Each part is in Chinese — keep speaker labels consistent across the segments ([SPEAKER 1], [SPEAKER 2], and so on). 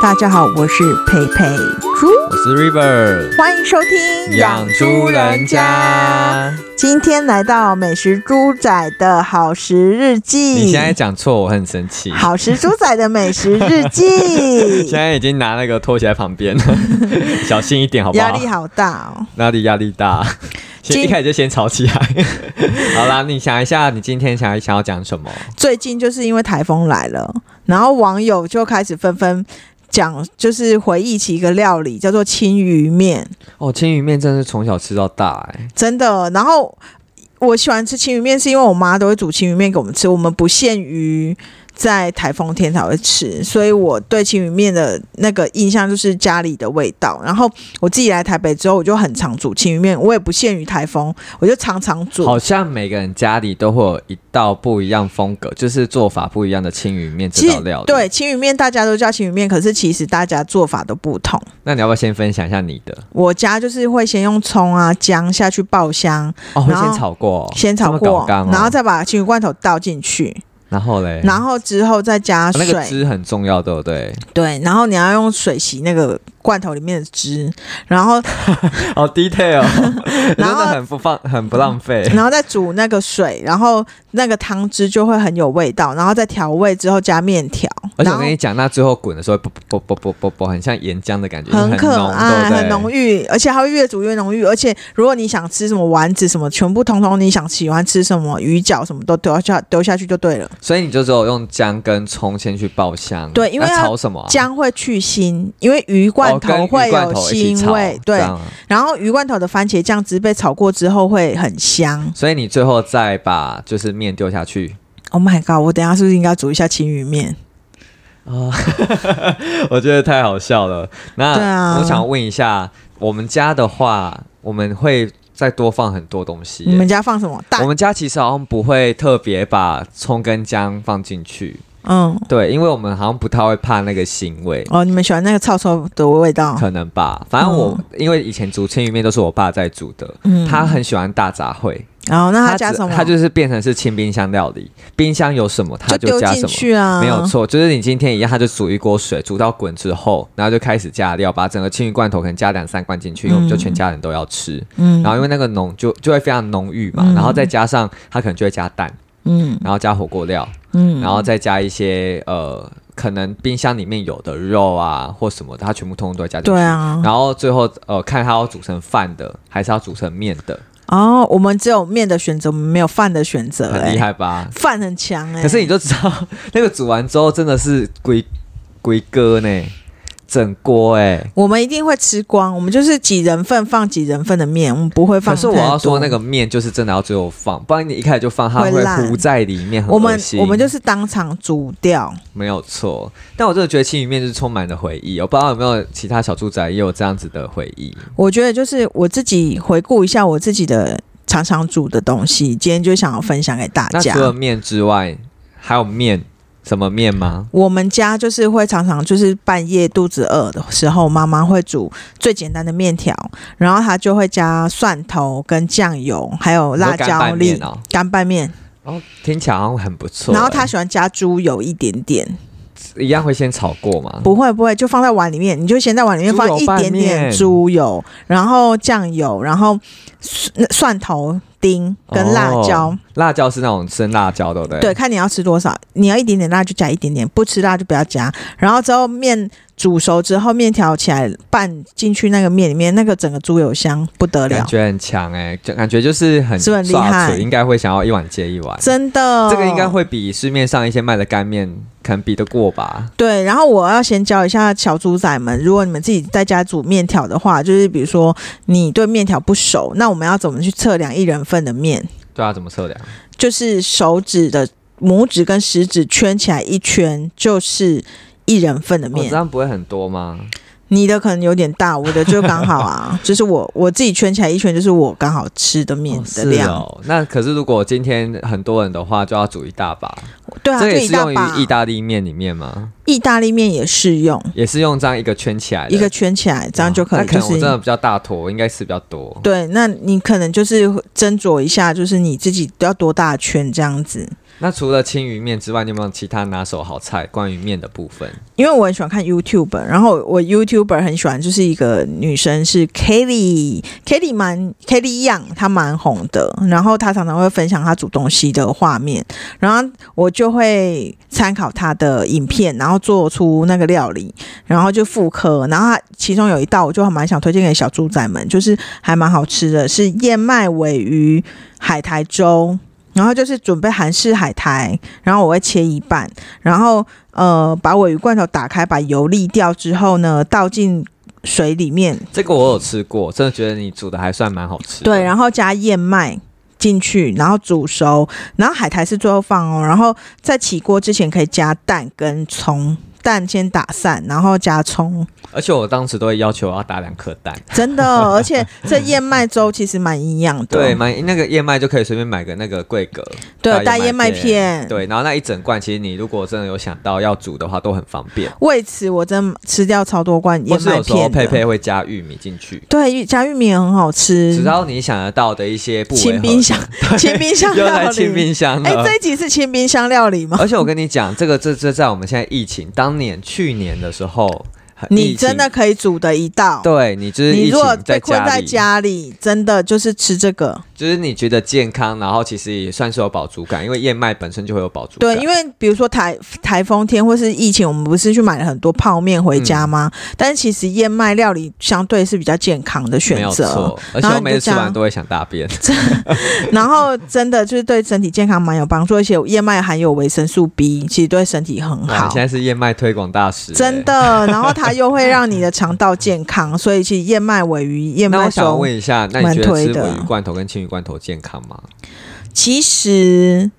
[SPEAKER 1] 大家好，我是佩佩猪，
[SPEAKER 2] 我是 River，
[SPEAKER 1] 欢迎收听。
[SPEAKER 2] 家。
[SPEAKER 1] 今天来到美食猪仔的好食日记。
[SPEAKER 2] 你现在讲错，我很生气。
[SPEAKER 1] 好食猪仔的美食日
[SPEAKER 2] 现
[SPEAKER 1] 记，
[SPEAKER 2] 在已经拿那个拖鞋在旁边， 小心一点好不好？
[SPEAKER 1] 压力好大哦。
[SPEAKER 2] 压力压力大，先
[SPEAKER 1] 今
[SPEAKER 2] 一开始就先吵起来。 好啦，你想一下，你今天想想要讲什么？
[SPEAKER 1] 最近就是因为台风来了，然后网友就开始纷纷讲，就是回忆起一个料理叫做青鱼面，
[SPEAKER 2] 哦，青鱼面真的是从小吃到大哎、
[SPEAKER 1] 真的。然后我喜欢吃青鱼面，是因为我妈都会煮青鱼面给我们吃，我们不限于在台风天才会吃，所以我对青鱼面的那个印象就是家里的味道。然后我自己来台北之后，我就很常煮青鱼面，我也不限于台风，我就常常煮。
[SPEAKER 2] 好像每个人家里都会有一道不一样风格，就是做法不一样的青鱼面这
[SPEAKER 1] 其
[SPEAKER 2] 道
[SPEAKER 1] 实
[SPEAKER 2] 料理。
[SPEAKER 1] 对，青鱼面大家都叫青鱼面，可是其实大家做法都不同。
[SPEAKER 2] 那你要不要先分享一下你的？
[SPEAKER 1] 我家就是会先用葱啊姜下去爆香，
[SPEAKER 2] 哦，会
[SPEAKER 1] 然后
[SPEAKER 2] 先炒过哦、
[SPEAKER 1] 先炒
[SPEAKER 2] 这么搞
[SPEAKER 1] 过，
[SPEAKER 2] 纲哦
[SPEAKER 1] 然后再把青鱼罐头倒进去，
[SPEAKER 2] 然后嘞，
[SPEAKER 1] 然后之后再加
[SPEAKER 2] 啊
[SPEAKER 1] 水，
[SPEAKER 2] 那个汁很重要，对不 对？
[SPEAKER 1] 对，然后你要用水洗那个罐头里面的汁，然后
[SPEAKER 2] 好哦 detail，真
[SPEAKER 1] 然后
[SPEAKER 2] 的很不放，很不浪费。
[SPEAKER 1] 然后再煮那个水，然后那个汤汁就会很有味道，然后再调味之后加面条，
[SPEAKER 2] 而且
[SPEAKER 1] 然
[SPEAKER 2] 我
[SPEAKER 1] 后
[SPEAKER 2] 跟你讲，那最后滚的时候，啵啵啵啵啵啵，很像岩浆的感觉，
[SPEAKER 1] 很
[SPEAKER 2] 很
[SPEAKER 1] 可
[SPEAKER 2] 浓
[SPEAKER 1] 爱，很浓
[SPEAKER 2] 郁。
[SPEAKER 1] 郁，而且它会越煮越浓郁。而且如果你想吃什么丸子什么，全部通通你想喜欢吃什么鱼饺什么都丢下丢下去就对了。
[SPEAKER 2] 所以你就只有用姜跟葱先去爆香。
[SPEAKER 1] 对因为
[SPEAKER 2] 那
[SPEAKER 1] 要
[SPEAKER 2] 炒什么啊？
[SPEAKER 1] 姜会去腥，因为鱼罐
[SPEAKER 2] 哦跟
[SPEAKER 1] 头
[SPEAKER 2] 鱼
[SPEAKER 1] 会有
[SPEAKER 2] 罐头一起
[SPEAKER 1] 腥
[SPEAKER 2] 炒
[SPEAKER 1] 味，
[SPEAKER 2] 这
[SPEAKER 1] 对。
[SPEAKER 2] 样啊
[SPEAKER 1] 然后鱼罐头的番茄酱汁被炒过之后会很香。
[SPEAKER 2] 所以你最后再把就是面丢下去。
[SPEAKER 1] Oh my god！我等一下是不是应该煮一下青鱼面？
[SPEAKER 2] 我觉得太好笑了。那、
[SPEAKER 1] 对啊
[SPEAKER 2] 我想问一下，我们家的话，我们会再多放很多东西耶。
[SPEAKER 1] 你们家放什么
[SPEAKER 2] 我
[SPEAKER 1] 蛋？
[SPEAKER 2] 们家其实好像不会特别把葱跟姜放进去，
[SPEAKER 1] 嗯，
[SPEAKER 2] 对，因为我们好像不太会怕那个腥味，
[SPEAKER 1] 哦，你们喜欢那个臭臭的味道？
[SPEAKER 2] 可能吧。反正我、因为以前煮青鱼面都是我爸在煮的，
[SPEAKER 1] 哦嗯，
[SPEAKER 2] 他很喜欢大杂烩，
[SPEAKER 1] 然后那他加
[SPEAKER 2] 只
[SPEAKER 1] 什么？
[SPEAKER 2] 他就是变成是清冰箱料理，冰箱有什么他
[SPEAKER 1] 就
[SPEAKER 2] 就
[SPEAKER 1] 丢
[SPEAKER 2] 加什
[SPEAKER 1] 进
[SPEAKER 2] 么。
[SPEAKER 1] 去啊，
[SPEAKER 2] 没有错，就是你今天一样，他就煮一锅水，煮到滚之后，然后就开始加料，把整个青鱼罐头可能加两三罐进去，因为我们就全家人都要吃。
[SPEAKER 1] 嗯，
[SPEAKER 2] 然后因为那个浓就就会非常浓郁嘛，
[SPEAKER 1] 嗯
[SPEAKER 2] 然后再加上他可能就会加蛋，
[SPEAKER 1] 嗯
[SPEAKER 2] 然后加火锅料，
[SPEAKER 1] 嗯，
[SPEAKER 2] 然后再加一些呃，可能冰箱里面有的肉啊或什么的，它全部通通都会加进去。
[SPEAKER 1] 对。啊，
[SPEAKER 2] 然后最后呃，看它要煮成饭的，还是要煮成面的，
[SPEAKER 1] 哦，我们只有面的选择，我们没有饭的选择，
[SPEAKER 2] 很厉
[SPEAKER 1] 哎，
[SPEAKER 2] 害吧？
[SPEAKER 1] 饭很强哎，
[SPEAKER 2] 可是你就知道， 那个煮完之后真的是龟龟哥呢，整锅哎、
[SPEAKER 1] 我们一定会吃光，我们就是几人份放几人份的面，我们不会放太
[SPEAKER 2] 可是
[SPEAKER 1] 多。
[SPEAKER 2] 我要说，那个面就是真的要最后放，不然你一开始就放，它
[SPEAKER 1] 会
[SPEAKER 2] 会
[SPEAKER 1] 烂
[SPEAKER 2] 糊在里面，很
[SPEAKER 1] 我们
[SPEAKER 2] 恶心
[SPEAKER 1] 我们就是当场煮掉，
[SPEAKER 2] 没有错。但我真的觉得青鱼面就是充满了回忆，我不知道有没有其他小住宅也有这样子的回忆。
[SPEAKER 1] 我觉得就是我自己回顾一下我自己的常常煮的东西，今天就想要分享给大
[SPEAKER 2] 那
[SPEAKER 1] 家
[SPEAKER 2] 除。了面之外，还有面什么面吗？
[SPEAKER 1] 我们家就是会常常就是半夜肚子饿的时候，妈妈会煮最简单的面条，然后她就会加蒜头跟酱油，还有辣
[SPEAKER 2] 你说干
[SPEAKER 1] 椒
[SPEAKER 2] 拌
[SPEAKER 1] 粒
[SPEAKER 2] 面、哦，
[SPEAKER 1] 干拌面。啊
[SPEAKER 2] 哦，听起来好像很不错欸。
[SPEAKER 1] 然后她喜欢加猪油一点点，
[SPEAKER 2] 一样会先炒过吗？
[SPEAKER 1] 不会不会，就放在碗里面，你就先在碗里面放一点点猪油，然后酱油，然后蒜蒜头丁跟辣椒。
[SPEAKER 2] 哦辣椒是那种生辣椒，对不对？
[SPEAKER 1] 对，。看你要吃多少，你要一点点辣就加一点点，不吃辣就不要加。然后之后面煮熟之后，面条起来拌进去那个面里面，那个整个猪油香不得
[SPEAKER 2] 感
[SPEAKER 1] 了，
[SPEAKER 2] 觉很强哎、就感觉就是很
[SPEAKER 1] 是不是很厉
[SPEAKER 2] 刷
[SPEAKER 1] 害
[SPEAKER 2] 嘴应该会想要一碗接一碗。
[SPEAKER 1] 真的。
[SPEAKER 2] 这个应该会比市面上一些卖的干面可能比得过吧？
[SPEAKER 1] 对。然后我要先教一下小猪仔们，如果你们自己在家煮面条的话，就是比如说你对面条不熟，那我们要怎么去测量一人份的面？
[SPEAKER 2] 对啊，怎么测量？
[SPEAKER 1] 就是手指的拇指跟食指圈起来一圈，就是一人份的
[SPEAKER 2] 我
[SPEAKER 1] 面
[SPEAKER 2] 哦这。样不会很多吗？
[SPEAKER 1] 你的可能有点大，我的就刚好 啊，就是我我自己圈起来一圈，就是我刚好吃的面
[SPEAKER 2] 哦
[SPEAKER 1] 的
[SPEAKER 2] 是
[SPEAKER 1] 量。
[SPEAKER 2] 哦。那可是如果今天很多人的话，就要煮一大把。
[SPEAKER 1] 对啊，
[SPEAKER 2] 这
[SPEAKER 1] 就
[SPEAKER 2] 个也
[SPEAKER 1] 一
[SPEAKER 2] 是
[SPEAKER 1] 大
[SPEAKER 2] 用
[SPEAKER 1] 把。
[SPEAKER 2] 于意大利面里面吗？
[SPEAKER 1] 意大利面也适用，
[SPEAKER 2] 也是用这样一个圈起来的，
[SPEAKER 1] 一个圈起来，这样就可
[SPEAKER 2] 哦那
[SPEAKER 1] 以，
[SPEAKER 2] 可
[SPEAKER 1] 就
[SPEAKER 2] 能我
[SPEAKER 1] 是
[SPEAKER 2] 真的比较大坨，我应该吃比较多。
[SPEAKER 1] 对。那你可能就是斟酌一下，就是你自己要多大圈这样子。
[SPEAKER 2] 那除了青鱼面之外，你有没有其他拿手好菜？关于面的部分，
[SPEAKER 1] 因为我很喜欢看 YouTube，然后我 YouTuber 很喜欢，就是一个女生是 Kelly，Kelly 蛮 Kelly Yang，她蛮红的，然后她常常会分享她煮东西的画面，然后我就会参考她的影片，然后做出那个料理，然后就复刻，然后她其中有一道我就还蛮想推荐给小猪仔们，就是还蛮好吃的，是燕麦尾鱼海苔粥。然后就是准备韩式海苔，然后我会切一半，然后呃把尾鱼罐头打开，把油沥掉之后呢，倒进水里面，
[SPEAKER 2] 这个我有吃过，真的觉得你煮的还算蛮好吃的。
[SPEAKER 1] 对，然后加燕麦进去，然后煮熟，然后海苔是最后放哦，然后在起锅之前可以加蛋跟葱。蛋先打散，然后加 葱，
[SPEAKER 2] 而且我当时都会要求我要打两颗蛋，
[SPEAKER 1] 真的，哦而且这燕麦粥其实蛮营养的。
[SPEAKER 2] 对，买那个燕麦就可以随便买个那个桂格，
[SPEAKER 1] 对，
[SPEAKER 2] 大
[SPEAKER 1] 大
[SPEAKER 2] 燕
[SPEAKER 1] 燕
[SPEAKER 2] 麦
[SPEAKER 1] 麦
[SPEAKER 2] 片
[SPEAKER 1] 片。
[SPEAKER 2] 对，然后那一整罐，其实你如果真的有想到要煮的话，都很方便。
[SPEAKER 1] 为此我真吃掉超多罐
[SPEAKER 2] 或
[SPEAKER 1] 嗯燕
[SPEAKER 2] 是
[SPEAKER 1] 麦
[SPEAKER 2] 有时候
[SPEAKER 1] 片的。
[SPEAKER 2] 佩佩会加玉米进去，
[SPEAKER 1] 对，玉加玉米也很好吃。
[SPEAKER 2] 只要你欸想得到的一些不
[SPEAKER 1] 嗯
[SPEAKER 2] 违
[SPEAKER 1] 清
[SPEAKER 2] 和
[SPEAKER 1] 冰箱，清冰箱
[SPEAKER 2] 又
[SPEAKER 1] 料
[SPEAKER 2] 来
[SPEAKER 1] 理。
[SPEAKER 2] 清冰 箱了。
[SPEAKER 1] 哎、这一集是清冰箱料理 吗？
[SPEAKER 2] 而且我跟你讲，这个这这在我们现在疫情当年去年的时候，疫
[SPEAKER 1] 你
[SPEAKER 2] 情
[SPEAKER 1] 真的可以煮的一道。
[SPEAKER 2] 对你就是
[SPEAKER 1] 你
[SPEAKER 2] 疫
[SPEAKER 1] 如果
[SPEAKER 2] 情
[SPEAKER 1] 被困
[SPEAKER 2] 家
[SPEAKER 1] 在
[SPEAKER 2] 里，
[SPEAKER 1] 家里，真的就是吃这个。
[SPEAKER 2] 就是你觉得健康，然后其实也算是有饱足感，因为燕麦本身就会有饱足
[SPEAKER 1] 对
[SPEAKER 2] 感。，
[SPEAKER 1] 因为比如说台台风天或是疫情，我们不是去买了很多泡面回家吗？
[SPEAKER 2] 嗯
[SPEAKER 1] 但是其实燕麦料理相对是比较健康的
[SPEAKER 2] 没
[SPEAKER 1] 选
[SPEAKER 2] 有
[SPEAKER 1] 择
[SPEAKER 2] 错，，而且
[SPEAKER 1] 然后
[SPEAKER 2] 我
[SPEAKER 1] 你
[SPEAKER 2] 每次
[SPEAKER 1] 就
[SPEAKER 2] 吃
[SPEAKER 1] 这
[SPEAKER 2] 完
[SPEAKER 1] 样
[SPEAKER 2] 都会想大便。
[SPEAKER 1] 然后真的就是对身体健康蛮有帮助，而且燕麦含有维生素 B，其实对身体很
[SPEAKER 2] 哇
[SPEAKER 1] 好。
[SPEAKER 2] 你现在是燕麦推广大使，欸
[SPEAKER 1] 真
[SPEAKER 2] 的。
[SPEAKER 1] 的，然后它又会让你的肠道健康，所以其实燕麦尾鱼、燕
[SPEAKER 2] 那
[SPEAKER 1] 麦
[SPEAKER 2] 我想
[SPEAKER 1] 粥，
[SPEAKER 2] 问一下，那你觉得
[SPEAKER 1] 蛮
[SPEAKER 2] 吃
[SPEAKER 1] 推的
[SPEAKER 2] 尾鱼罐头跟青鱼罐头健康吗？
[SPEAKER 1] 其实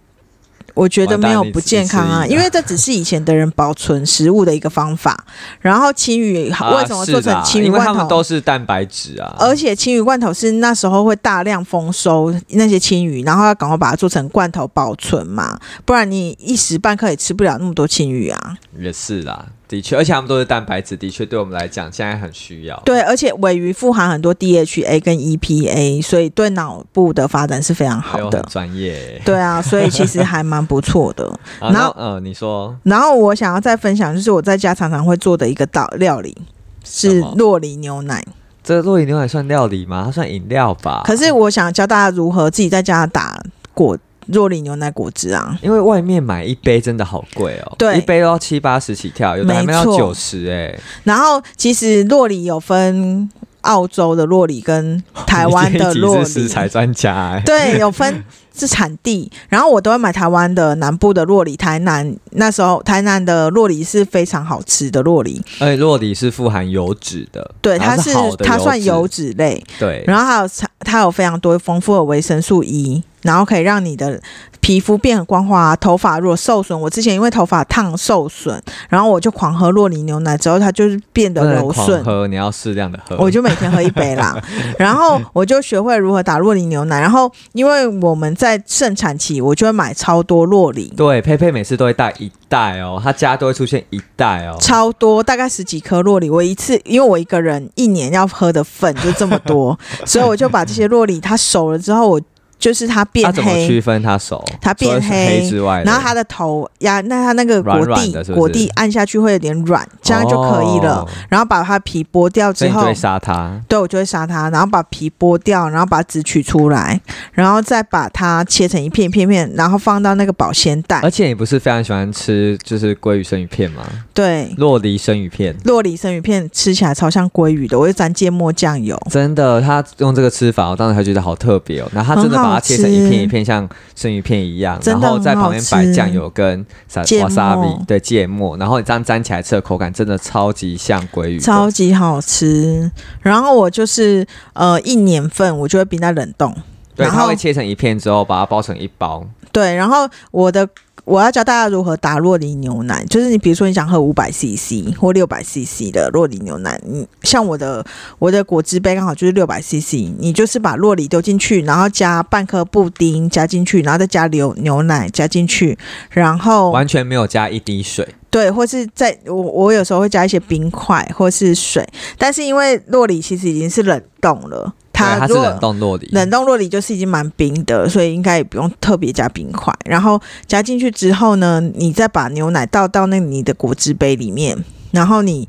[SPEAKER 1] 我觉得没有不健康
[SPEAKER 2] 完
[SPEAKER 1] 啊，
[SPEAKER 2] 蛋你
[SPEAKER 1] 因为这只是以前的人保存食物的一个方法。然后青鱼
[SPEAKER 2] 啊
[SPEAKER 1] 为什么做
[SPEAKER 2] 是啦
[SPEAKER 1] 成青鱼
[SPEAKER 2] 因为
[SPEAKER 1] 罐
[SPEAKER 2] 他们
[SPEAKER 1] 头？呃
[SPEAKER 2] 都是蛋白质啊。
[SPEAKER 1] 而且青鱼罐头是那时候会大量丰收那些青鱼，然后要赶快把它做成罐头保存嘛，不然你一时半刻也吃不了那么多青鱼啊。
[SPEAKER 2] 也是啦，的确，而且他们都是蛋白质，的确对我们来讲现在很需要。
[SPEAKER 1] 对，而且尾鱼富含很多 DHA 跟 EPA，所以对脑部的发展是非常好
[SPEAKER 2] 哎呦很
[SPEAKER 1] 的。
[SPEAKER 2] 专业。
[SPEAKER 1] 对啊，所以其实还蛮不错的。
[SPEAKER 2] 好
[SPEAKER 1] 然
[SPEAKER 2] 那
[SPEAKER 1] 后
[SPEAKER 2] 呃，你说
[SPEAKER 1] 然后我想要再分享，就是我在家常常会做的一个道料理
[SPEAKER 2] 什
[SPEAKER 1] 是
[SPEAKER 2] 么
[SPEAKER 1] 洛梨牛奶。
[SPEAKER 2] 这洛饮牛奶算料理吗？它算饮料吧。
[SPEAKER 1] 可是我想教大家如何自己在家打果洛梨牛奶果汁啊。
[SPEAKER 2] 因为外面买一杯真的好贵哦，
[SPEAKER 1] 对
[SPEAKER 2] 一杯都要七八十起跳，有的还
[SPEAKER 1] 没
[SPEAKER 2] 卖到
[SPEAKER 1] 错
[SPEAKER 2] 九十哎。
[SPEAKER 1] 然后其实洛梨有分澳洲的洛梨跟台湾
[SPEAKER 2] 你这
[SPEAKER 1] 的
[SPEAKER 2] 一集
[SPEAKER 1] 洛
[SPEAKER 2] 是食
[SPEAKER 1] 梨，
[SPEAKER 2] 材专家哎，
[SPEAKER 1] 对，有分是产地，然后我都会买台湾的南部的洛梨，台南那时候台南的洛梨是非常好吃的洛梨，
[SPEAKER 2] 而且洛里是富含油脂的，
[SPEAKER 1] 对，它
[SPEAKER 2] 它啊是好的
[SPEAKER 1] 它算
[SPEAKER 2] 脂
[SPEAKER 1] 油，脂类，
[SPEAKER 2] 对，
[SPEAKER 1] 然后还有它它有非常多丰富的维生素 E，然后可以让你的皮肤变很光滑啊、头发如果受损，我之前因为头发烫受损，然后我就狂喝洛梨牛奶，之后它就是变
[SPEAKER 2] 不
[SPEAKER 1] 得
[SPEAKER 2] 能
[SPEAKER 1] 柔
[SPEAKER 2] 狂
[SPEAKER 1] 顺。
[SPEAKER 2] 喝，你要适量的 喝。
[SPEAKER 1] 我就每天喝一杯啦，然后我就学会如何打洛梨牛奶。然后因为我们在盛产期，我就会买超多洛梨，
[SPEAKER 2] 对，佩佩每次都会带一袋哦，她家都会出现一袋哦。
[SPEAKER 1] 超多，大概十几颗洛梨。我一次，因为我一个人一年要喝的份就这么多，所以我就把这些洛梨它熟了之后，我就是它变
[SPEAKER 2] 它怎么
[SPEAKER 1] 黑，
[SPEAKER 2] 区分它熟？
[SPEAKER 1] 它变
[SPEAKER 2] 除了黑
[SPEAKER 1] 黑
[SPEAKER 2] 之外嘞，
[SPEAKER 1] 然后它的头呀，那它那个果
[SPEAKER 2] 软
[SPEAKER 1] 蒂
[SPEAKER 2] 软的是不是
[SPEAKER 1] 果蒂按下去会有点软，这样就可以了。
[SPEAKER 2] 哦
[SPEAKER 1] 然后把它皮剥掉
[SPEAKER 2] 所
[SPEAKER 1] 之
[SPEAKER 2] 以你就
[SPEAKER 1] 后
[SPEAKER 2] 会，杀它。
[SPEAKER 1] 对我就会杀它，然后把皮剥掉，然后把籽取出来，然后再把它切成一片一片片，然后放到那个保鲜袋
[SPEAKER 2] 而。且你不是非常喜欢吃就是鲑鱼生鱼片吗？
[SPEAKER 1] 对，
[SPEAKER 2] 洛梨生鱼片，
[SPEAKER 1] 洛里生鱼片吃起来超像鲑鱼的，我就沾芥末酱油。
[SPEAKER 2] 真的，他用这个吃法，我当时还觉得好特别哦。然后他真的把它切成一片一片，像生鱼片一样，
[SPEAKER 1] 真
[SPEAKER 2] 然
[SPEAKER 1] 的
[SPEAKER 2] 后在旁边摆
[SPEAKER 1] 很好吃
[SPEAKER 2] 酱油跟撒
[SPEAKER 1] 芥末
[SPEAKER 2] wasabi，对芥末，然后你这样沾起来吃的口感真的超级像鲑鱼的，
[SPEAKER 1] 超级好吃，然后我就是呃一年份，我就会冰在冷冻，
[SPEAKER 2] 对，
[SPEAKER 1] 然后
[SPEAKER 2] 它会切成一片之后把它包成一包，
[SPEAKER 1] 对，然后我的我要教大家如何打洛梨牛奶，就是你比如说你想喝五百 CC 或六百 CC 的洛梨牛奶，你像我的我的果汁杯刚好就是六百 CC，你就是把洛梨丢进去，然后加半颗布丁加进去，然后再加牛牛奶加进去，然后
[SPEAKER 2] 完全没有加一滴水。
[SPEAKER 1] 对，或是在我我有时候会加一些冰块或是水，但是因为洛梨其实已经是冷冻了。
[SPEAKER 2] 对它
[SPEAKER 1] 如
[SPEAKER 2] 是
[SPEAKER 1] 果
[SPEAKER 2] 冷冻落梨，
[SPEAKER 1] 冷冻洛梨就是已经蛮冰的，所以应该也不用特别加冰块。然后加进去之后呢，你再把牛奶倒到那你的果汁杯里面，然后你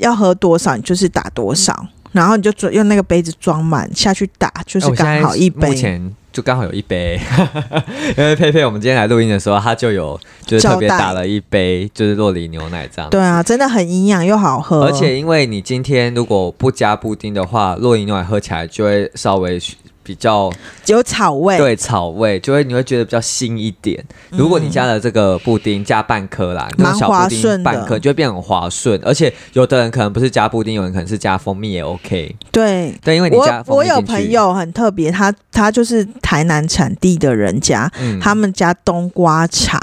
[SPEAKER 1] 要喝多少，你就是打多
[SPEAKER 2] 嗯
[SPEAKER 1] 少，然后你就准用那个杯子装满下去打，就
[SPEAKER 2] 哎
[SPEAKER 1] 是
[SPEAKER 2] 我现
[SPEAKER 1] 刚
[SPEAKER 2] 在
[SPEAKER 1] 好一
[SPEAKER 2] 目
[SPEAKER 1] 杯。
[SPEAKER 2] 前就刚好有一杯， 因为佩佩我们今天来录音的时候，他就有就是特别
[SPEAKER 1] 招待
[SPEAKER 2] 打了一杯就是洛梨牛奶这样。
[SPEAKER 1] 对啊，真的很营养又好喝，
[SPEAKER 2] 而且因为你今天如果不加布丁的话，洛梨牛奶喝起来就会稍微比较
[SPEAKER 1] 有草味。
[SPEAKER 2] 对草味，就会你会觉得比较新一点。如果你加了这个布丁，加半颗啦，
[SPEAKER 1] 嗯
[SPEAKER 2] 那
[SPEAKER 1] 蛮
[SPEAKER 2] 种小
[SPEAKER 1] 滑
[SPEAKER 2] 布
[SPEAKER 1] 顺
[SPEAKER 2] 丁
[SPEAKER 1] 的
[SPEAKER 2] 半颗就会变得很滑顺。而且有的人可能不是加布丁，有人可能是加蜂蜜也 OK。
[SPEAKER 1] 对
[SPEAKER 2] 对，因为你加
[SPEAKER 1] 我
[SPEAKER 2] 蜂
[SPEAKER 1] 我
[SPEAKER 2] 蜜
[SPEAKER 1] 有
[SPEAKER 2] 进去
[SPEAKER 1] 朋，友很特别，他他就是台南产地的人家，
[SPEAKER 2] 嗯
[SPEAKER 1] 他们家冬瓜茶。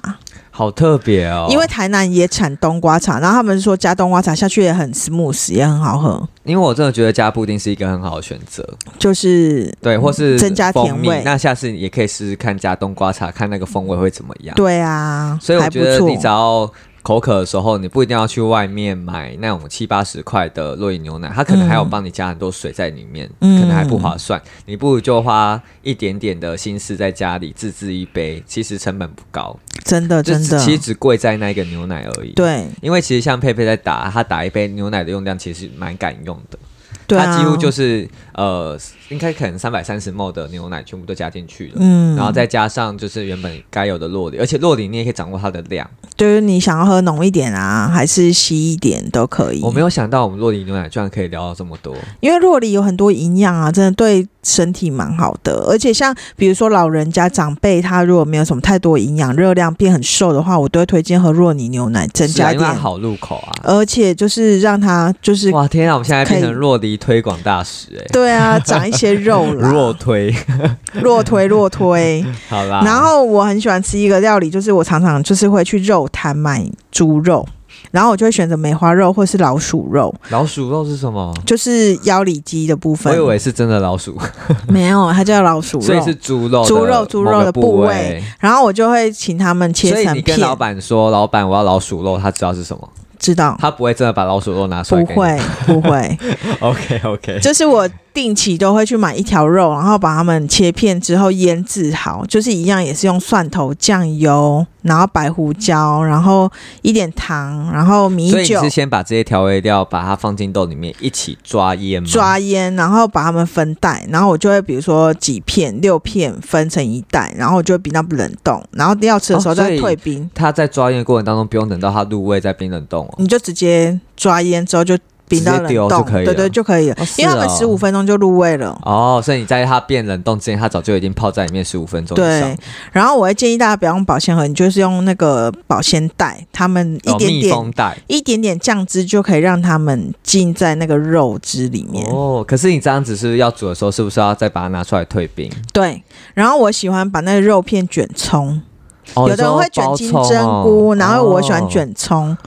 [SPEAKER 2] 好特别哦，
[SPEAKER 1] 因为台南也产冬瓜茶，然后他们说加冬瓜茶下去也很 smooth，也很好喝，
[SPEAKER 2] 因为我真的觉得加布丁是一个很好的选择，
[SPEAKER 1] 就是
[SPEAKER 2] 对，或是
[SPEAKER 1] 增加甜
[SPEAKER 2] 蜂蜜
[SPEAKER 1] 味
[SPEAKER 2] 那下次也可以试试看加冬瓜茶，看那个风味会怎么样。
[SPEAKER 1] 对啊，
[SPEAKER 2] 所以我
[SPEAKER 1] 还不
[SPEAKER 2] 觉得
[SPEAKER 1] 错
[SPEAKER 2] 你只要口渴的时候，你不一定要去外面买那种七八十块的洛饮牛奶，它可能还有帮你加很多水在里面，
[SPEAKER 1] 嗯
[SPEAKER 2] 可能还不划算。你不如就花一点点的心思在家里自制一杯，其实成本不高，
[SPEAKER 1] 真的
[SPEAKER 2] 就
[SPEAKER 1] 啊真
[SPEAKER 2] 只
[SPEAKER 1] 的
[SPEAKER 2] 其实只贵在那个牛奶而已。。
[SPEAKER 1] 对
[SPEAKER 2] 因为其实像佩佩在打，他打一杯牛奶的用量其实蛮敢用的，
[SPEAKER 1] 对啊，
[SPEAKER 2] 他几乎就是呃，应该可能三百三十 ml 的牛奶全部都加进去了，
[SPEAKER 1] 嗯，
[SPEAKER 2] 然后再加上就是原本该有的洛里，而且洛里你也可以掌握它的量。
[SPEAKER 1] 就是你想要喝浓一点啊，还是稀一点都可以。
[SPEAKER 2] 我没有想到我们洛里牛奶居然可以聊到这么多，
[SPEAKER 1] 因为洛梨有很多营养啊，真的对身体蛮好的。而且像比如说老人家长辈，他如果没有什么太多营养，热量变很瘦的话，我都会推荐喝洛梨牛奶，增
[SPEAKER 2] 是啊
[SPEAKER 1] 加一
[SPEAKER 2] 因为
[SPEAKER 1] 点，
[SPEAKER 2] 它好入口啊。
[SPEAKER 1] 而且就是让它就是
[SPEAKER 2] 哇天啊，我们现在变
[SPEAKER 1] 可
[SPEAKER 2] 成
[SPEAKER 1] 以
[SPEAKER 2] 洛梨推广大使哎、
[SPEAKER 1] 对啊，长一些肉 啦，
[SPEAKER 2] 弱 推，
[SPEAKER 1] 弱推弱推。
[SPEAKER 2] 好啦。
[SPEAKER 1] 然后我很喜欢吃一个料理，就是我常常就是会去肉摊买猪肉，然后我就会选择梅花肉或是老鼠肉，
[SPEAKER 2] 老鼠肉是什么？
[SPEAKER 1] 就是腰里脊的部
[SPEAKER 2] 我
[SPEAKER 1] 分。
[SPEAKER 2] 以为是真的老鼠，
[SPEAKER 1] 没有，它叫老鼠
[SPEAKER 2] 所以
[SPEAKER 1] 肉
[SPEAKER 2] 是。猪肉的
[SPEAKER 1] 猪肉猪肉
[SPEAKER 2] 某个
[SPEAKER 1] 的部
[SPEAKER 2] 部
[SPEAKER 1] 位。然后我就会请他们切
[SPEAKER 2] 所以
[SPEAKER 1] 成
[SPEAKER 2] 你
[SPEAKER 1] 片
[SPEAKER 2] 跟，老板说，老板我要老鼠肉，他知道是什么，
[SPEAKER 1] 知道。
[SPEAKER 2] 他不会真的把老鼠肉拿出来
[SPEAKER 1] 不
[SPEAKER 2] 给你。
[SPEAKER 1] 会，不会，
[SPEAKER 2] OK OK，
[SPEAKER 1] 就是我定期都会去买一条肉，然后把它们切片之后腌制好，就是一样也是用蒜头、酱油，然后白胡椒，然后一点糖，然后米
[SPEAKER 2] 所以你
[SPEAKER 1] 酒
[SPEAKER 2] 是先把这些调味料把它放进豆里面一起抓腌吗？
[SPEAKER 1] 抓腌，然后把它们分袋，然后我就会比如说几片、六片分成一袋，然后我就会冰到冷冻，然后要吃的时候
[SPEAKER 2] 哦所
[SPEAKER 1] 再
[SPEAKER 2] 以
[SPEAKER 1] 退冰，
[SPEAKER 2] 它在抓腌的过程当中，不用等到它入味再冰冷冻哦。
[SPEAKER 1] 你就直接抓腌之后就冰到
[SPEAKER 2] 直
[SPEAKER 1] 冷
[SPEAKER 2] 接丢
[SPEAKER 1] 冻，
[SPEAKER 2] 就可
[SPEAKER 1] 对
[SPEAKER 2] 以了
[SPEAKER 1] 对就可以了，
[SPEAKER 2] 哦是
[SPEAKER 1] 因为它们
[SPEAKER 2] 哦
[SPEAKER 1] 十五分钟就入味了。
[SPEAKER 2] 哦，所以你在它变冷冻之前，它早就已经泡在里面十五分钟以上
[SPEAKER 1] 对，，然后我会建议大家不要用保鲜盒，你就是用那个保鲜袋，它们一
[SPEAKER 2] 哦
[SPEAKER 1] 点
[SPEAKER 2] 密
[SPEAKER 1] 点、
[SPEAKER 2] 封袋。
[SPEAKER 1] 一点点酱汁就可以让它们浸在那个肉汁里面。
[SPEAKER 2] 哦，可是你这样子是要煮的时候，是不是要再把它拿出来退冰？
[SPEAKER 1] 对，然后我喜欢把那个肉片卷葱，
[SPEAKER 2] 哦，
[SPEAKER 1] 有的人会卷金
[SPEAKER 2] 你
[SPEAKER 1] 针
[SPEAKER 2] 说包
[SPEAKER 1] 菇，
[SPEAKER 2] 葱哦
[SPEAKER 1] 然后我喜欢。卷葱。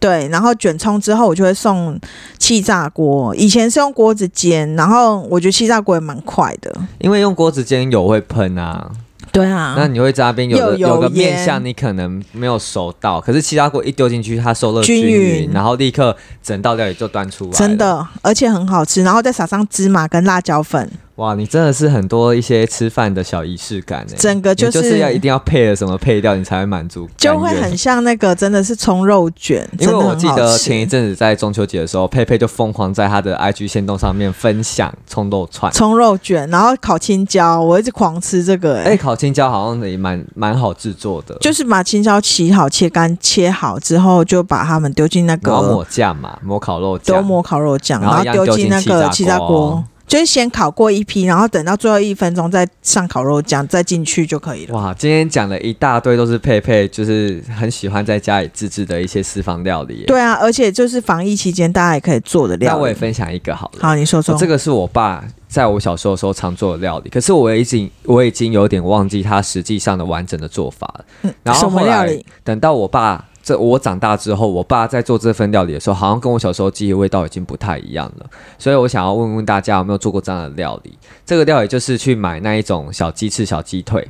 [SPEAKER 1] 对，然后卷葱之后，我就会送气炸锅。以前是用锅子煎，然后我觉得气炸锅也蛮快的。
[SPEAKER 2] 哦因为用锅子煎油会喷啊，
[SPEAKER 1] 对啊
[SPEAKER 2] 那你会加冰，有的
[SPEAKER 1] 又有
[SPEAKER 2] 有的面
[SPEAKER 1] 烟
[SPEAKER 2] 相你可能没有熟到，可是其他锅一丢进去，它受热
[SPEAKER 1] 均
[SPEAKER 2] 均
[SPEAKER 1] 匀
[SPEAKER 2] 然后立刻整道料理就端出来了。
[SPEAKER 1] 真的，而且很好吃，然后再撒上芝麻跟辣椒粉，
[SPEAKER 2] 哇，你真的是很多一些吃饭的小仪式感哎，
[SPEAKER 1] 整个
[SPEAKER 2] 你
[SPEAKER 1] 就是
[SPEAKER 2] 要一定要配了什么配料，你才会满足感
[SPEAKER 1] 就会
[SPEAKER 2] 源
[SPEAKER 1] 很像那个真的是葱肉卷，
[SPEAKER 2] 因
[SPEAKER 1] 真
[SPEAKER 2] 为
[SPEAKER 1] 的
[SPEAKER 2] 我
[SPEAKER 1] 很
[SPEAKER 2] 记
[SPEAKER 1] 好
[SPEAKER 2] 得前一
[SPEAKER 1] 吃。
[SPEAKER 2] 阵子在中秋节的时候，佩佩就疯狂在她的 IG 线动上面分享葱肉串。
[SPEAKER 1] 葱肉卷，然后烤青椒，我一直狂吃这个、欸，
[SPEAKER 2] 哎、烤青椒好像也蛮蛮好制作的，
[SPEAKER 1] 就是把青椒洗好、切干、切好之后，就把它们丢进那
[SPEAKER 2] 然后
[SPEAKER 1] 个
[SPEAKER 2] 抹酱嘛，抹烤肉
[SPEAKER 1] 多
[SPEAKER 2] 酱。
[SPEAKER 1] 摩烤肉酱，
[SPEAKER 2] 然
[SPEAKER 1] 然
[SPEAKER 2] 后
[SPEAKER 1] 后
[SPEAKER 2] 一样
[SPEAKER 1] 丢进那个
[SPEAKER 2] 丢进
[SPEAKER 1] 气
[SPEAKER 2] 气
[SPEAKER 1] 炸
[SPEAKER 2] 炸
[SPEAKER 1] 锅
[SPEAKER 2] 锅，
[SPEAKER 1] 就是先烤过一批，然后等到最后一分钟再上烤肉酱，再进去就可以了。
[SPEAKER 2] 哇，今天讲了一大堆都是佩佩，就是很喜欢在家里自制的一些私房料理。，
[SPEAKER 1] 对啊，而且就是防疫期间大家也可以做的
[SPEAKER 2] 那
[SPEAKER 1] 料
[SPEAKER 2] 我也
[SPEAKER 1] 理。
[SPEAKER 2] 分享一个好了。
[SPEAKER 1] 好，你说说
[SPEAKER 2] 哦这个是我爸在我小时候的时候常做的料理，可是我已经我已经有点忘记它实际上的完整的做法了。
[SPEAKER 1] 嗯
[SPEAKER 2] 然
[SPEAKER 1] 什
[SPEAKER 2] 后
[SPEAKER 1] 么
[SPEAKER 2] 后
[SPEAKER 1] 料
[SPEAKER 2] 来
[SPEAKER 1] 理？
[SPEAKER 2] 等到我爸这我长大之后，我爸在做这份料理的时候，好像跟我小时候记忆味道已经不太一样了。所以我想要问问大家有没有做过这样的料理？这个料理就是去买那一种小鸡翅、小鸡腿，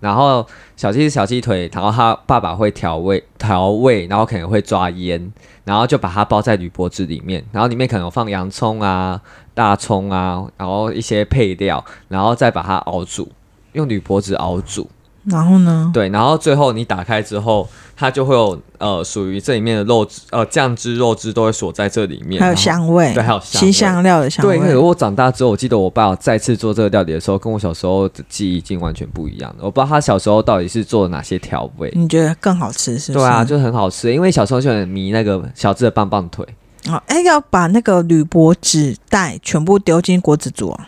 [SPEAKER 2] 然后小鸡是小鸡腿，然后他爸爸会调味调味，然后可能会抓腌，然后就把它包在铝箔纸里面，然后里面可能有放洋葱啊、大葱啊，然后一些配料，然后再把它熬煮，用铝箔纸熬煮。
[SPEAKER 1] 然后呢？
[SPEAKER 2] 对，然后最后你打开之后，它就会有呃属于这里面的肉汁呃酱汁、肉汁都会锁在这里面，
[SPEAKER 1] 还有
[SPEAKER 2] 然后
[SPEAKER 1] 香味，
[SPEAKER 2] 对，还有香
[SPEAKER 1] 新
[SPEAKER 2] 味。
[SPEAKER 1] 香料的香
[SPEAKER 2] 对，
[SPEAKER 1] 味。
[SPEAKER 2] 可是我长大之后，我记得我爸有再次做这个料理的时候，跟我小时候的记忆已经完全不一样了。我不知道他小时候到底是做了哪些调味。
[SPEAKER 1] 你觉得更好吃是不嗯
[SPEAKER 2] 对
[SPEAKER 1] 是？
[SPEAKER 2] 啊，就很好吃，因为小时候就很迷那个小只的棒棒腿。
[SPEAKER 1] 哦，哎，要把那个铝箔纸袋全部丢进锅子煮哦，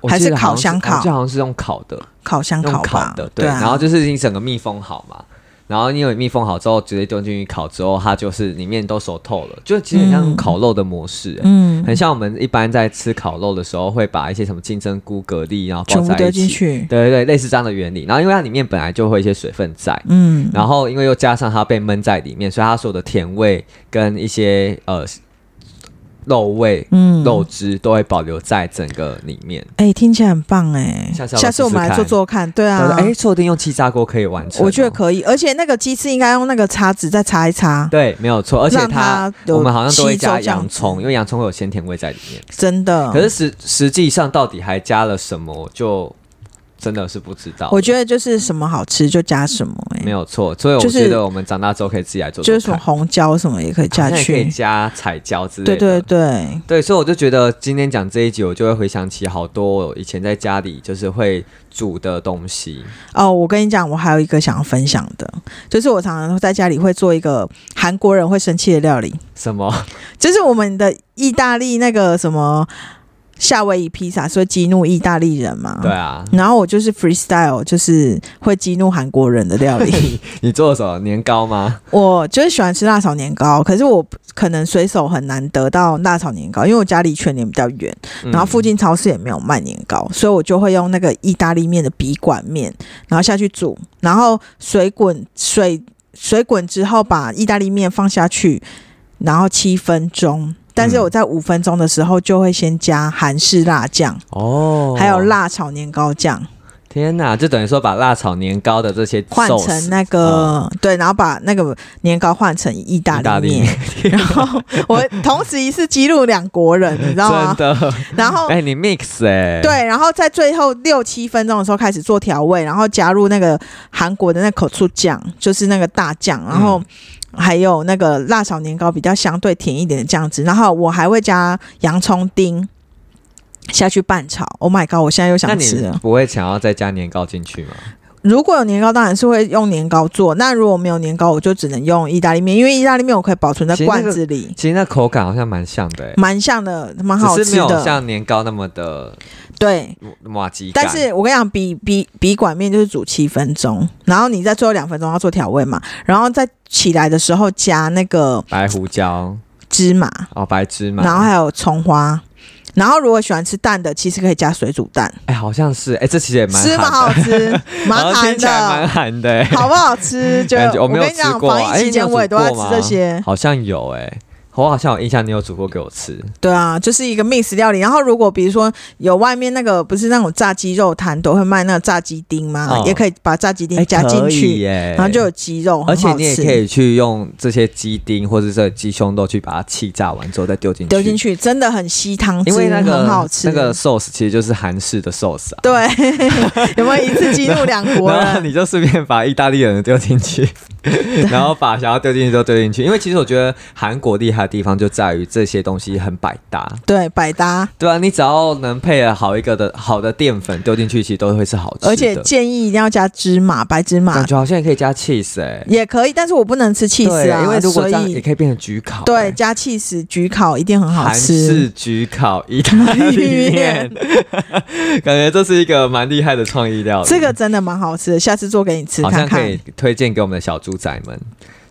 [SPEAKER 2] 我
[SPEAKER 1] 还
[SPEAKER 2] 记
[SPEAKER 1] 是
[SPEAKER 2] 得好
[SPEAKER 1] 烤箱
[SPEAKER 2] 像我记
[SPEAKER 1] 烤
[SPEAKER 2] 得好像是用烤的，
[SPEAKER 1] 烤箱
[SPEAKER 2] 用
[SPEAKER 1] 烤
[SPEAKER 2] 烤
[SPEAKER 1] 吧
[SPEAKER 2] 的，，
[SPEAKER 1] 对啊。
[SPEAKER 2] 然后就是你整个密封好嘛，然后因为密封好之后，直接丢进去烤之后，它就是里面都熟透了，就其实很像
[SPEAKER 1] 嗯
[SPEAKER 2] 烤肉的模式、欸
[SPEAKER 1] 嗯，
[SPEAKER 2] 很像我们一般在吃烤肉的时候，会把一些什么金针菇、蛤蜊，然后
[SPEAKER 1] 全
[SPEAKER 2] 包
[SPEAKER 1] 部
[SPEAKER 2] 在
[SPEAKER 1] 丢
[SPEAKER 2] 一
[SPEAKER 1] 进
[SPEAKER 2] 起。
[SPEAKER 1] 去，
[SPEAKER 2] 对对对，类似这样的原理。然后因为它里面本来就会有一些水分在，
[SPEAKER 1] 嗯，
[SPEAKER 2] 然后因为又加上它被闷在里面，所以它所有的甜味跟一些呃肉味、
[SPEAKER 1] 嗯
[SPEAKER 2] 肉汁都会保留在整个里面。
[SPEAKER 1] 哎，听起来很棒哎，
[SPEAKER 2] 下次要不要
[SPEAKER 1] 我们
[SPEAKER 2] 试试
[SPEAKER 1] 来
[SPEAKER 2] 看
[SPEAKER 1] 做做看，对啊，
[SPEAKER 2] 哎、说不定用气炸锅可以完成哦、
[SPEAKER 1] 我觉得可以，而且那个鸡翅应该用那个叉子再擦一 擦，
[SPEAKER 2] 对，没有错。而且
[SPEAKER 1] 让
[SPEAKER 2] 它
[SPEAKER 1] 它有
[SPEAKER 2] 我们好像都会加
[SPEAKER 1] 吸收这样
[SPEAKER 2] 洋葱，因为洋葱会有鲜甜味在里面。
[SPEAKER 1] 真的。
[SPEAKER 2] 可是实实际上到底还加了什么，我就真的是不知道。
[SPEAKER 1] 我觉得就是什么好吃就加什么、欸，
[SPEAKER 2] 哦没有错，所以我
[SPEAKER 1] 就是
[SPEAKER 2] 觉得我们长大之后可以自己来做
[SPEAKER 1] 就
[SPEAKER 2] 做
[SPEAKER 1] 是什么
[SPEAKER 2] 看
[SPEAKER 1] 红椒什么也可以加
[SPEAKER 2] 好像也可以
[SPEAKER 1] 去，
[SPEAKER 2] 加彩椒之类的。
[SPEAKER 1] 对对对，
[SPEAKER 2] 对，所以我就觉得今天讲这一集，我就会回想起好多我以前在家里就是会煮的东西。
[SPEAKER 1] 哦，我跟你讲，我还有一个想要分享的，就是我常常在家里会做一个韩国人会生气的料理，
[SPEAKER 2] 什么？
[SPEAKER 1] 就是我们的意大利那个什么夏威夷披萨，所以激怒意大利人嘛。
[SPEAKER 2] 对。啊，
[SPEAKER 1] 然后我就是 freestyle，就是会激怒韩国人的料理。
[SPEAKER 2] 你做了什么？年糕吗？
[SPEAKER 1] 我就是喜欢吃辣炒年糕，可是我可能随手很难得到辣炒年糕，因为我家离全年比较远，
[SPEAKER 2] 嗯
[SPEAKER 1] 然后附近超市也没有卖年糕，所以我就会用那个意大利面的笔管面，然后下去煮，然后水滚水水滚之后把意大利面放下去，然后七分钟。但是
[SPEAKER 2] 嗯
[SPEAKER 1] 我在五分钟的时候就会先加韩式辣酱，
[SPEAKER 2] 哦，
[SPEAKER 1] 还有。辣炒年糕酱，
[SPEAKER 2] 天哪，就等于说把辣炒年糕的这些
[SPEAKER 1] 换
[SPEAKER 2] sauce
[SPEAKER 1] 成那个、对，然后把那个年糕换成意大
[SPEAKER 2] 意大
[SPEAKER 1] 利
[SPEAKER 2] 利
[SPEAKER 1] 面，然后我同时一次激怒两国人，你知道吗
[SPEAKER 2] 真？的，
[SPEAKER 1] 然后
[SPEAKER 2] 哎、你 mix 哎、，
[SPEAKER 1] 哦对，然后在最后六七分钟的时候开始做调味，然后加入那个韩国的那口醋酱，就是那个大酱，然
[SPEAKER 2] 嗯
[SPEAKER 1] 后还有那个辣炒年糕比较相对甜一点的酱汁，然后我还会加洋葱丁下去拌炒。Oh my god！我现在又
[SPEAKER 2] 那
[SPEAKER 1] 想吃
[SPEAKER 2] 你
[SPEAKER 1] 了。
[SPEAKER 2] 不会想要再加年糕进去吗？
[SPEAKER 1] 如果有年糕，当然是会用年糕做；那如果没有年糕，我就只能用意大利面，因为意大利面我可以保存在
[SPEAKER 2] 其实那
[SPEAKER 1] 罐
[SPEAKER 2] 个
[SPEAKER 1] 子里，
[SPEAKER 2] 其实那口感好像蛮像的、欸，
[SPEAKER 1] 蛮像的，嗯蛮好
[SPEAKER 2] 只
[SPEAKER 1] 吃
[SPEAKER 2] 是没有
[SPEAKER 1] 的。
[SPEAKER 2] 像年糕那么的
[SPEAKER 1] 对，
[SPEAKER 2] 麻吉感。
[SPEAKER 1] 但是我跟你讲，比比比管面就是煮七分钟，然后你在最后两分钟要做调味嘛，然后再起来的时候加那个
[SPEAKER 2] 白胡椒
[SPEAKER 1] 芝麻，
[SPEAKER 2] 哦，白芝麻，
[SPEAKER 1] 然后还有葱花，然后如果喜欢吃蛋的，其实可以加水煮蛋，
[SPEAKER 2] 哎、好像是哎、这其实也蛮
[SPEAKER 1] 是蛮
[SPEAKER 2] 寒的，
[SPEAKER 1] 好 吃，蛮
[SPEAKER 2] 然后
[SPEAKER 1] 寒
[SPEAKER 2] 听起来蛮
[SPEAKER 1] 的，
[SPEAKER 2] 寒的、 欸，
[SPEAKER 1] 好不好 吃？就
[SPEAKER 2] 感觉我没有
[SPEAKER 1] 跟你
[SPEAKER 2] 吃
[SPEAKER 1] 讲，
[SPEAKER 2] 过啊
[SPEAKER 1] 防
[SPEAKER 2] 哎
[SPEAKER 1] 疫
[SPEAKER 2] 你
[SPEAKER 1] 期
[SPEAKER 2] 有
[SPEAKER 1] 间我也
[SPEAKER 2] 煮
[SPEAKER 1] 都在吃
[SPEAKER 2] 过
[SPEAKER 1] 这
[SPEAKER 2] 吗
[SPEAKER 1] 些，
[SPEAKER 2] 好像有哎、我好像有印象，你有煮过给我吃，
[SPEAKER 1] 对啊，就是一个 mix 料理。然后如果比如说有外面那个不是那种炸鸡肉摊都会卖那个炸鸡丁吗？
[SPEAKER 2] 哦
[SPEAKER 1] 也可以把炸鸡丁
[SPEAKER 2] 哎
[SPEAKER 1] 加进去，
[SPEAKER 2] 耶
[SPEAKER 1] 然后就有鸡肉，
[SPEAKER 2] 而且
[SPEAKER 1] 很好
[SPEAKER 2] 你也
[SPEAKER 1] 吃
[SPEAKER 2] 可以去用这些鸡丁或者这鸡胸肉去把它气炸完之后再丢进去，
[SPEAKER 1] 丢进去，真的很吸汤汁，
[SPEAKER 2] 因为那个
[SPEAKER 1] 很好吃。
[SPEAKER 2] 那个 sauce 其实就是韩式的 sauce 啊。
[SPEAKER 1] 对， 有没有一次激怒两国
[SPEAKER 2] 然后
[SPEAKER 1] 人？
[SPEAKER 2] 你就顺便把意大利人丢 进去，然后把想要丢进去都丢进去，因为其实我觉得韩国厉害的地方就在于这些东西很百搭，
[SPEAKER 1] 对，百搭，
[SPEAKER 2] 对啊，你只要能配了好一个的好的淀粉丢进去，其实都会是好吃的。
[SPEAKER 1] 而且建议一定要加芝麻，白芝麻
[SPEAKER 2] 感觉好像也可以加 cheese 哎、
[SPEAKER 1] 也可以，但是我不能吃气
[SPEAKER 2] 对
[SPEAKER 1] 死啊，
[SPEAKER 2] 因为如
[SPEAKER 1] 所
[SPEAKER 2] 果这样也
[SPEAKER 1] 以
[SPEAKER 2] 可以变成焗烤、
[SPEAKER 1] 对
[SPEAKER 2] 哎，
[SPEAKER 1] 加气死焗烤一定很好
[SPEAKER 2] 韩式
[SPEAKER 1] 吃。
[SPEAKER 2] 焗烤意大利面， 感觉这是一个蛮厉害的创意料理。
[SPEAKER 1] 这个真的蛮好吃的，下次做给你吃
[SPEAKER 2] 好
[SPEAKER 1] 看
[SPEAKER 2] 像可
[SPEAKER 1] 看
[SPEAKER 2] 以。推荐给我们的小猪仔们。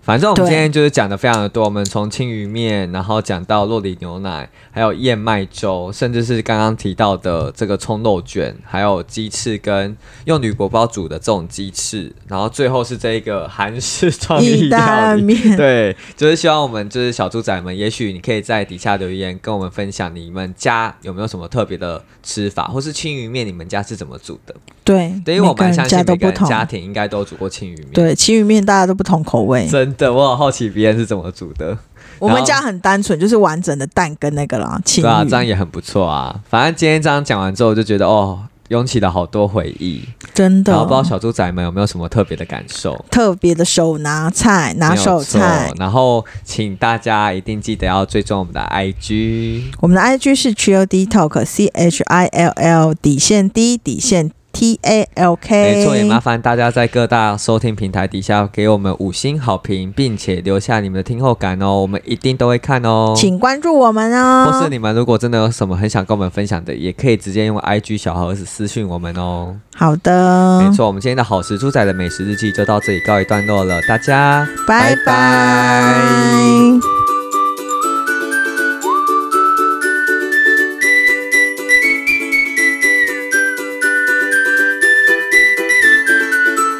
[SPEAKER 2] 反正我们
[SPEAKER 1] 对
[SPEAKER 2] 今天就是讲的非常的多，我们从青鱼面，然后讲到洛里牛奶，还有燕麦粥，甚至是刚刚提到的这个葱肉卷，还有鸡翅跟用铝箔包煮的这种鸡翅，然后最后是这一个韩式创意
[SPEAKER 1] 意
[SPEAKER 2] 料
[SPEAKER 1] 大利
[SPEAKER 2] 理。
[SPEAKER 1] 面，
[SPEAKER 2] 对，就是希望我们就是小猪仔们，也许你可以在底下留言跟我们分享你们家有没有什么特别的吃法，或是青鱼面你们家是怎么煮的？
[SPEAKER 1] 对，
[SPEAKER 2] 对，因为我
[SPEAKER 1] 每个
[SPEAKER 2] 蛮
[SPEAKER 1] 人
[SPEAKER 2] 相
[SPEAKER 1] 家
[SPEAKER 2] 信
[SPEAKER 1] 都
[SPEAKER 2] 每个
[SPEAKER 1] 不
[SPEAKER 2] 人
[SPEAKER 1] 同，
[SPEAKER 2] 家庭应该都煮过青鱼面。，
[SPEAKER 1] 对，其余面大家都不同口味。
[SPEAKER 2] 真的，我很好奇别人是怎么煮的。
[SPEAKER 1] 我们家很单纯，就是完整的蛋跟那个啦，青
[SPEAKER 2] 对啊，这样
[SPEAKER 1] 鱼，
[SPEAKER 2] 也很不错啊。反正今天这样讲完之后，我就觉得哦，涌起了好多回忆。
[SPEAKER 1] 真
[SPEAKER 2] 然后
[SPEAKER 1] 的
[SPEAKER 2] 不知道小猪仔们有没有什么特别的感受？
[SPEAKER 1] 特别的手拿菜，拿
[SPEAKER 2] 没有
[SPEAKER 1] 手
[SPEAKER 2] 错
[SPEAKER 1] 菜。
[SPEAKER 2] 然后请大家一定记得要追踪我们的 IG。
[SPEAKER 1] 我们的 IG 是 Child Talk C H I L L 底线 D 底线 T A L K，
[SPEAKER 2] 没错，也麻烦大家在各大收听平台底下给我们五星好评，并且留下你们的听后感哦，我们一定都会看哦。
[SPEAKER 1] 请关注我们哦。
[SPEAKER 2] 或是你们如果真的有什么很想跟我们分享的，也可以直接用 IG 小盒子私讯我们哦。
[SPEAKER 1] 好的，
[SPEAKER 2] 没，错，我们今天的好食猪仔的美食日记就到这里告一段落了，大家
[SPEAKER 1] 拜拜。